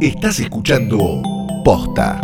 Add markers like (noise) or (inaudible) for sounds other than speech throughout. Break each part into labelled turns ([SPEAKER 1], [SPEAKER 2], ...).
[SPEAKER 1] Estás escuchando Posta.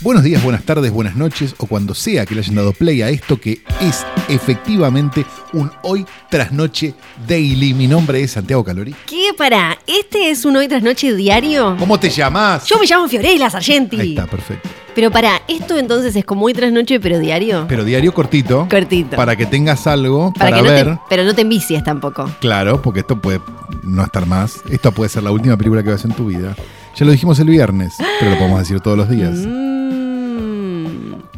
[SPEAKER 1] Buenos días, buenas tardes, buenas noches o cuando sea que le hayan dado play a esto que es efectivamente un hoy tras noche daily. Mi nombre es Santiago Calori.
[SPEAKER 2] ¿Qué para? ¿Este es un hoy tras noche diario?
[SPEAKER 1] ¿Cómo te llamas?
[SPEAKER 2] Yo me llamo Fiorella Sargenti.
[SPEAKER 1] Ahí está, perfecto.
[SPEAKER 2] Pero para, esto entonces es como hoy tras noche, pero diario.
[SPEAKER 1] Pero diario cortito.
[SPEAKER 2] Cortito.
[SPEAKER 1] Para que tengas algo para,
[SPEAKER 2] que no
[SPEAKER 1] ver.
[SPEAKER 2] te, pero no te envicies tampoco.
[SPEAKER 1] Claro, porque esto puede no estar más. Esto puede ser la última película que veas en tu vida. Ya lo dijimos el viernes, pero lo podemos decir todos los días.
[SPEAKER 2] Mm.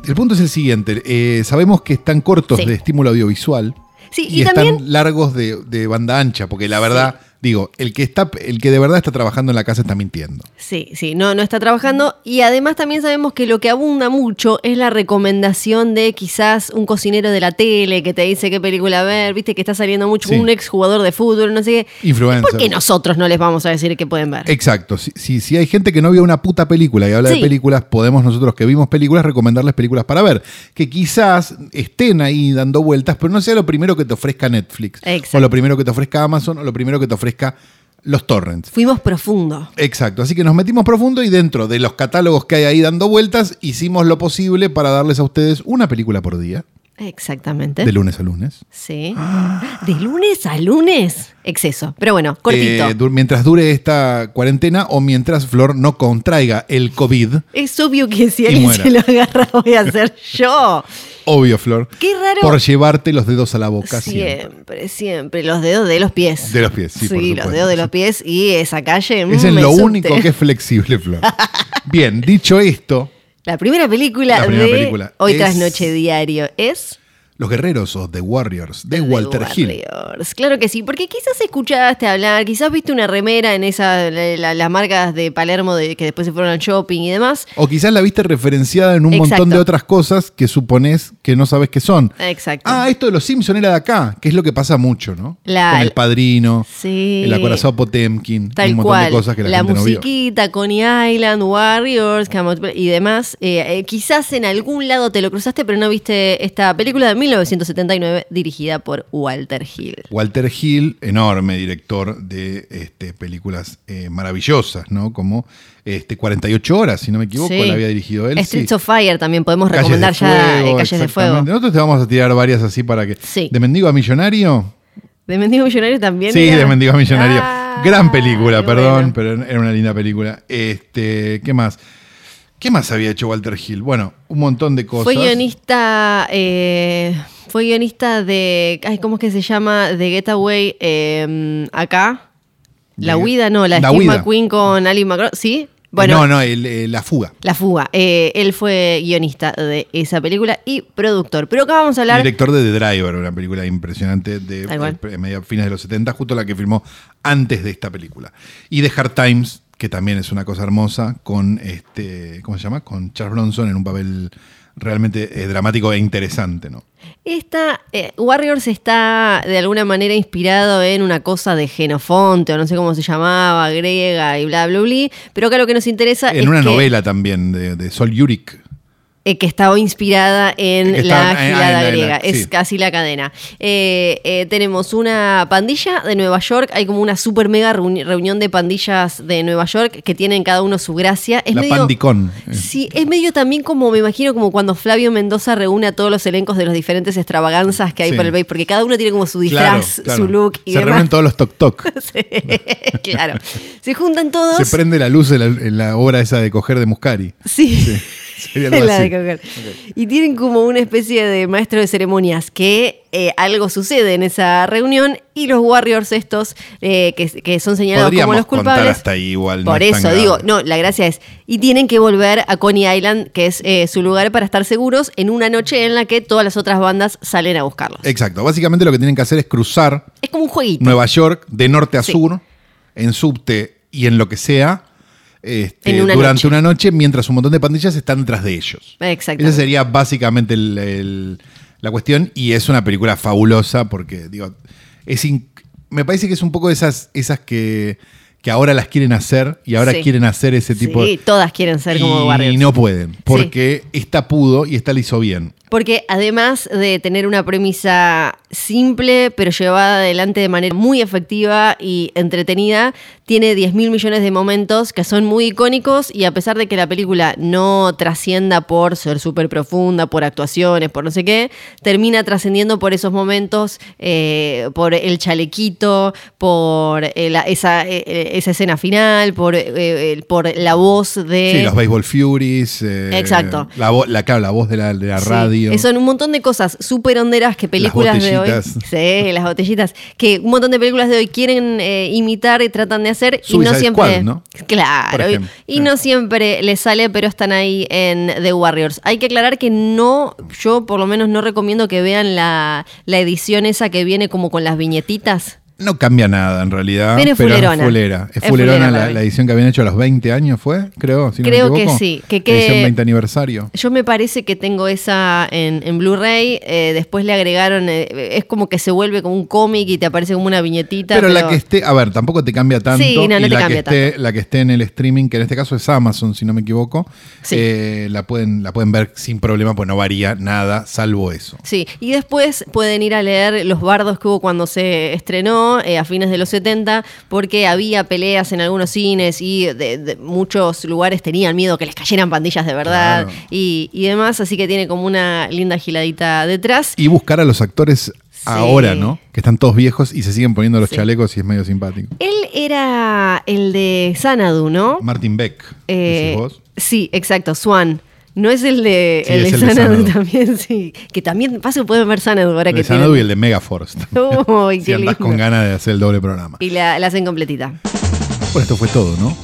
[SPEAKER 1] El punto es el siguiente. eh, sabemos que están cortos
[SPEAKER 2] Sí.
[SPEAKER 1] de estímulo audiovisual
[SPEAKER 2] Sí,
[SPEAKER 1] y,
[SPEAKER 2] y,
[SPEAKER 1] están
[SPEAKER 2] también
[SPEAKER 1] largos de, de banda ancha, porque la verdad, digo, el que, está, el que de verdad está trabajando en la casa está mintiendo.
[SPEAKER 2] Sí, sí, no, no está trabajando. Y además también sabemos que lo que abunda mucho es la recomendación de quizás un cocinero de la tele que te dice qué película ver, viste que está saliendo mucho
[SPEAKER 1] Sí.
[SPEAKER 2] un exjugador de fútbol, no sé qué.
[SPEAKER 1] Influencer.
[SPEAKER 2] ¿Por qué nosotros no les vamos a decir qué pueden ver?
[SPEAKER 1] Exacto. Si, si, si hay gente que no vio una puta película y habla de
[SPEAKER 2] Sí.
[SPEAKER 1] películas, podemos nosotros que vimos películas recomendarles películas para ver. Que quizás estén ahí dando vueltas, pero no sea lo primero que te ofrezca Netflix.
[SPEAKER 2] Exacto.
[SPEAKER 1] O lo primero que te ofrezca Amazon, o lo primero que te ofrezca los torrents.
[SPEAKER 2] Fuimos profundo.
[SPEAKER 1] Exacto, así que nos metimos profundo y dentro de los catálogos que hay ahí dando vueltas, hicimos lo posible para darles a ustedes una película por día,
[SPEAKER 2] Exactamente.
[SPEAKER 1] de lunes a lunes. (gasps)
[SPEAKER 2] Sí. De lunes a lunes. Exceso. Pero bueno, cortito.
[SPEAKER 1] Eh, du- mientras dure esta cuarentena o mientras Flor no contraiga el COVID.
[SPEAKER 2] es obvio que si
[SPEAKER 1] y
[SPEAKER 2] alguien
[SPEAKER 1] muera.
[SPEAKER 2] se lo agarra (laughs) voy a ser yo.
[SPEAKER 1] Obvio, Flor.
[SPEAKER 2] Qué raro.
[SPEAKER 1] Por llevarte los dedos a la boca siempre.
[SPEAKER 2] Siempre, siempre. Los dedos de los pies.
[SPEAKER 1] De los pies, sí, por
[SPEAKER 2] los
[SPEAKER 1] supuesto.
[SPEAKER 2] dedos de los pies y esa calle.
[SPEAKER 1] Es
[SPEAKER 2] mm,
[SPEAKER 1] en
[SPEAKER 2] me
[SPEAKER 1] lo
[SPEAKER 2] subte.
[SPEAKER 1] único que es flexible,
[SPEAKER 2] (laughs)
[SPEAKER 1] Flor. Bien, dicho esto,
[SPEAKER 2] La primera película
[SPEAKER 1] La primera
[SPEAKER 2] de
[SPEAKER 1] película
[SPEAKER 2] Hoy
[SPEAKER 1] es-
[SPEAKER 2] tras Noche Diario es.
[SPEAKER 1] Los Guerreros o The Warriors de
[SPEAKER 2] The
[SPEAKER 1] Walter Hill.
[SPEAKER 2] Warriors. Claro que sí, porque quizás escuchaste hablar, quizás viste una remera en esa, la- la- las marcas de Palermo de, que después se fueron al shopping y demás.
[SPEAKER 1] O quizás la viste referenciada en un montón
[SPEAKER 2] Exacto.
[SPEAKER 1] de otras cosas que suponés que no sabes qué son.
[SPEAKER 2] Exacto.
[SPEAKER 1] Ah, esto de los Simpson era de acá, que es lo que pasa mucho, ¿no?
[SPEAKER 2] La-
[SPEAKER 1] Con el padrino,
[SPEAKER 2] Sí.
[SPEAKER 1] el acorazado Potemkin, y
[SPEAKER 2] Tal
[SPEAKER 1] un montón
[SPEAKER 2] cual.
[SPEAKER 1] de cosas que la, gente no vio.
[SPEAKER 2] musiquita, Coney Island, Warriors, Come Out- y demás. Eh, eh, quizás en algún lado te lo cruzaste, pero no viste esta película de 1979 dirigida por Walter Hill.
[SPEAKER 1] Walter Hill, enorme director de este, películas eh, maravillosas, ¿no? Como este, 48 horas, si no me equivoco,
[SPEAKER 2] Sí.
[SPEAKER 1] la había dirigido él.
[SPEAKER 2] Streets
[SPEAKER 1] sí.
[SPEAKER 2] of Fire también podemos
[SPEAKER 1] Calles de
[SPEAKER 2] recomendar ya eh,
[SPEAKER 1] Fuego,
[SPEAKER 2] Calles de Fuego.
[SPEAKER 1] exactamente. Nosotros te vamos a tirar varias así para que.
[SPEAKER 2] Sí.
[SPEAKER 1] ¿De mendigo a millonario?
[SPEAKER 2] De Mendigo Millonario también.
[SPEAKER 1] Sí,
[SPEAKER 2] era?
[SPEAKER 1] de Mendigo a Millonario.
[SPEAKER 2] Ah,
[SPEAKER 1] Gran película,
[SPEAKER 2] qué
[SPEAKER 1] perdón,
[SPEAKER 2] bueno.
[SPEAKER 1] pero era una linda película. Este, ¿Qué más? ¿Qué más había hecho Walter Hill? Bueno, un montón de cosas.
[SPEAKER 2] Fue guionista. eh, fue guionista de. ay, ¿Cómo es que se llama? De Getaway eh, acá. La
[SPEAKER 1] De-
[SPEAKER 2] huida, no, la de
[SPEAKER 1] La
[SPEAKER 2] Steve
[SPEAKER 1] huida. Eh,
[SPEAKER 2] McQueen con Ali McGraw. ¿Sí? Bueno,
[SPEAKER 1] no, no, el, eh, la fuga.
[SPEAKER 2] La fuga. Eh, él fue guionista de esa película y productor. Pero acá vamos a hablar.
[SPEAKER 1] Director de The Driver, una película impresionante de,
[SPEAKER 2] Tal cual.
[SPEAKER 1] de media- fines de los 70, justo la que filmó antes de esta película. Y The Hard Times, que también es una cosa hermosa, con este, ¿cómo se llama? Con Charles Bronson en un papel realmente eh, dramático e interesante, ¿no?
[SPEAKER 2] Esta eh, Warriors está de alguna manera inspirado en una cosa de Genofonte o no sé cómo se llamaba, griega y bla, bla, bla. bla. Pero acá lo que nos interesa Ah, es
[SPEAKER 1] En una
[SPEAKER 2] que,
[SPEAKER 1] novela también de, de Sol Yurik.
[SPEAKER 2] eh, que estaba inspirada en
[SPEAKER 1] Que
[SPEAKER 2] la
[SPEAKER 1] estaba- eh, ah,
[SPEAKER 2] gilada
[SPEAKER 1] en la- en la-
[SPEAKER 2] griega. es
[SPEAKER 1] sí.
[SPEAKER 2] casi la cadena. Eh, eh, tenemos una pandilla de Nueva York. Hay como una super mega reuni- reunión de pandillas de Nueva York que tienen cada uno su gracia. Es
[SPEAKER 1] la
[SPEAKER 2] medio-
[SPEAKER 1] Pandicón. eh.
[SPEAKER 2] Sí, es medio también como, me imagino, como cuando Flavio Mendoza reúne a todos los elencos de los diferentes extravaganzas que hay
[SPEAKER 1] Sí.
[SPEAKER 2] por el país, porque cada uno tiene como su disfraz,
[SPEAKER 1] Claro, claro.
[SPEAKER 2] su look y
[SPEAKER 1] Se
[SPEAKER 2] demás.
[SPEAKER 1] reúnen todos los toc toc.
[SPEAKER 2] Sí, (laughs) claro. Se juntan (laughs) todos.
[SPEAKER 1] Se prende la luz en la, en la obra esa de coger de Muscari. (laughs)
[SPEAKER 2] Sí.
[SPEAKER 1] Sí, sería algo
[SPEAKER 2] (laughs) La de
[SPEAKER 1] así.
[SPEAKER 2] coger. Y tienen como una especie de maestro de ceremonias que eh, algo sucede en esa reunión y los Warriors estos eh, que, que son señalados
[SPEAKER 1] Podríamos
[SPEAKER 2] como los culpables.
[SPEAKER 1] contar hasta ahí igual. no
[SPEAKER 2] Por
[SPEAKER 1] es tan
[SPEAKER 2] eso digo,
[SPEAKER 1] grave.
[SPEAKER 2] no, la gracia es, y tienen que volver a Coney Island, que es eh, su lugar para estar seguros, en una noche en la que todas las otras bandas salen a buscarlos.
[SPEAKER 1] Exacto. Básicamente lo que tienen que hacer es cruzar
[SPEAKER 2] es como un jueguito.
[SPEAKER 1] Nueva York de norte a
[SPEAKER 2] Sí.
[SPEAKER 1] sur, en subte y en lo que sea, este,
[SPEAKER 2] En una
[SPEAKER 1] durante
[SPEAKER 2] noche.
[SPEAKER 1] una noche, mientras un montón de pandillas están detrás de ellos.
[SPEAKER 2] Exactamente.
[SPEAKER 1] Esa sería básicamente el- el- la cuestión. Y es una película fabulosa porque, digo, es in- me parece que es un poco de esas, esas que, que ahora las quieren hacer y ahora
[SPEAKER 2] Sí.
[SPEAKER 1] quieren hacer ese tipo
[SPEAKER 2] sí, todas quieren ser como
[SPEAKER 1] y
[SPEAKER 2] Warriors.
[SPEAKER 1] no pueden, porque esta pudo y esta la hizo bien.
[SPEAKER 2] Porque además de tener una premisa simple, pero llevada adelante de manera muy efectiva y entretenida, tiene 10 mil millones de momentos que son muy icónicos y a pesar de que la película no trascienda por ser súper profunda, por actuaciones, por no sé qué, termina trascendiendo por esos momentos, eh, por el chalequito, por eh, la- esa, eh, esa escena final, por, eh, eh, por la voz de...
[SPEAKER 1] Sí, los Baseball Furies. eh,
[SPEAKER 2] Eh, Exacto.
[SPEAKER 1] La, vo- la, claro, la voz de la, de la
[SPEAKER 2] Sí, eh,
[SPEAKER 1] radio.
[SPEAKER 2] Son un montón de cosas súper honderas que películas de hoy.
[SPEAKER 1] botellitas.
[SPEAKER 2] Sí, las botellitas. Que un montón de películas de hoy quieren eh, imitar y tratan de hacer y no
[SPEAKER 1] Suicide
[SPEAKER 2] siempre.
[SPEAKER 1] Squad, ¿no? Por
[SPEAKER 2] Claro. y-
[SPEAKER 1] ejemplo, Ah.
[SPEAKER 2] Y,
[SPEAKER 1] claro.
[SPEAKER 2] no siempre les sale, pero están ahí en The Warriors. Hay que aclarar que no, yo por lo menos no recomiendo que vean la, la edición esa que viene como con las viñetitas.
[SPEAKER 1] No cambia nada en realidad.
[SPEAKER 2] Pero
[SPEAKER 1] Pero
[SPEAKER 2] es
[SPEAKER 1] es
[SPEAKER 2] fulerona.
[SPEAKER 1] fulera. Es,
[SPEAKER 2] Es
[SPEAKER 1] fulerona
[SPEAKER 2] fulera para
[SPEAKER 1] la,
[SPEAKER 2] mí.
[SPEAKER 1] la edición que habían hecho a los 20 años, ¿fue? Creo, si no me
[SPEAKER 2] Creo que
[SPEAKER 1] equivoco.
[SPEAKER 2] sí, que quede-
[SPEAKER 1] Edición 20 aniversario.
[SPEAKER 2] Yo me parece que tengo esa en, en Blu-ray. eh, después le agregaron. eh, es como que se vuelve como un cómic y te aparece como una viñetita.
[SPEAKER 1] Pero, la que esté, a ver, tampoco te cambia tanto.
[SPEAKER 2] Sí, no, no
[SPEAKER 1] y
[SPEAKER 2] te
[SPEAKER 1] la que
[SPEAKER 2] cambia
[SPEAKER 1] esté, la que esté en el streaming, que en este caso es Amazon, si no me equivoco,
[SPEAKER 2] Sí.
[SPEAKER 1] eh, la pueden, la pueden ver sin problema, pues no varía nada, salvo eso.
[SPEAKER 2] Sí, y después pueden ir a leer los bardos que hubo cuando se estrenó eh, a fines de los 70, porque había peleas en algunos cines y de, de muchos lugares tenían miedo que les cayeran pandillas de verdad
[SPEAKER 1] Claro.
[SPEAKER 2] y, y demás, así que tiene como una linda giladita detrás.
[SPEAKER 1] Y buscar a los actores ahora, ¿no? Que están todos viejos y se siguen poniendo los
[SPEAKER 2] Sí.
[SPEAKER 1] chalecos y es medio simpático.
[SPEAKER 2] Él era el de Sanadu, ¿no?
[SPEAKER 1] Martin Beck,
[SPEAKER 2] Eh,
[SPEAKER 1] decís vos.
[SPEAKER 2] Sí, exacto, Swan. No es el de,
[SPEAKER 1] Sí,
[SPEAKER 2] el
[SPEAKER 1] es
[SPEAKER 2] de
[SPEAKER 1] el de
[SPEAKER 2] Xanadu
[SPEAKER 1] Xanadu.
[SPEAKER 2] también, (laughs) sí. Que también, paso, pueden ver Sanadu ahora
[SPEAKER 1] El
[SPEAKER 2] que
[SPEAKER 1] de Xanadu
[SPEAKER 2] tienen-
[SPEAKER 1] y el de Megaforce.
[SPEAKER 2] (laughs) Uy,
[SPEAKER 1] si
[SPEAKER 2] qué
[SPEAKER 1] andás
[SPEAKER 2] lindo.
[SPEAKER 1] con ganas de hacer el doble programa.
[SPEAKER 2] Y la, la hacen completita.
[SPEAKER 1] Bueno, esto fue todo, ¿no?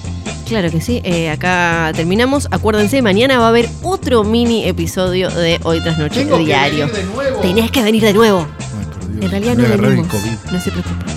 [SPEAKER 2] Claro que sí, eh, acá terminamos. Acuérdense, mañana va a haber otro mini episodio de Hoy tras Noche
[SPEAKER 1] Tengo que
[SPEAKER 2] Diario.
[SPEAKER 1] venir de nuevo.
[SPEAKER 2] Tenías que venir de nuevo.
[SPEAKER 1] Ay, por Dios,
[SPEAKER 2] En realidad
[SPEAKER 1] voy a
[SPEAKER 2] no
[SPEAKER 1] agarrar el
[SPEAKER 2] venimos.
[SPEAKER 1] COVID.
[SPEAKER 2] No se preocupen.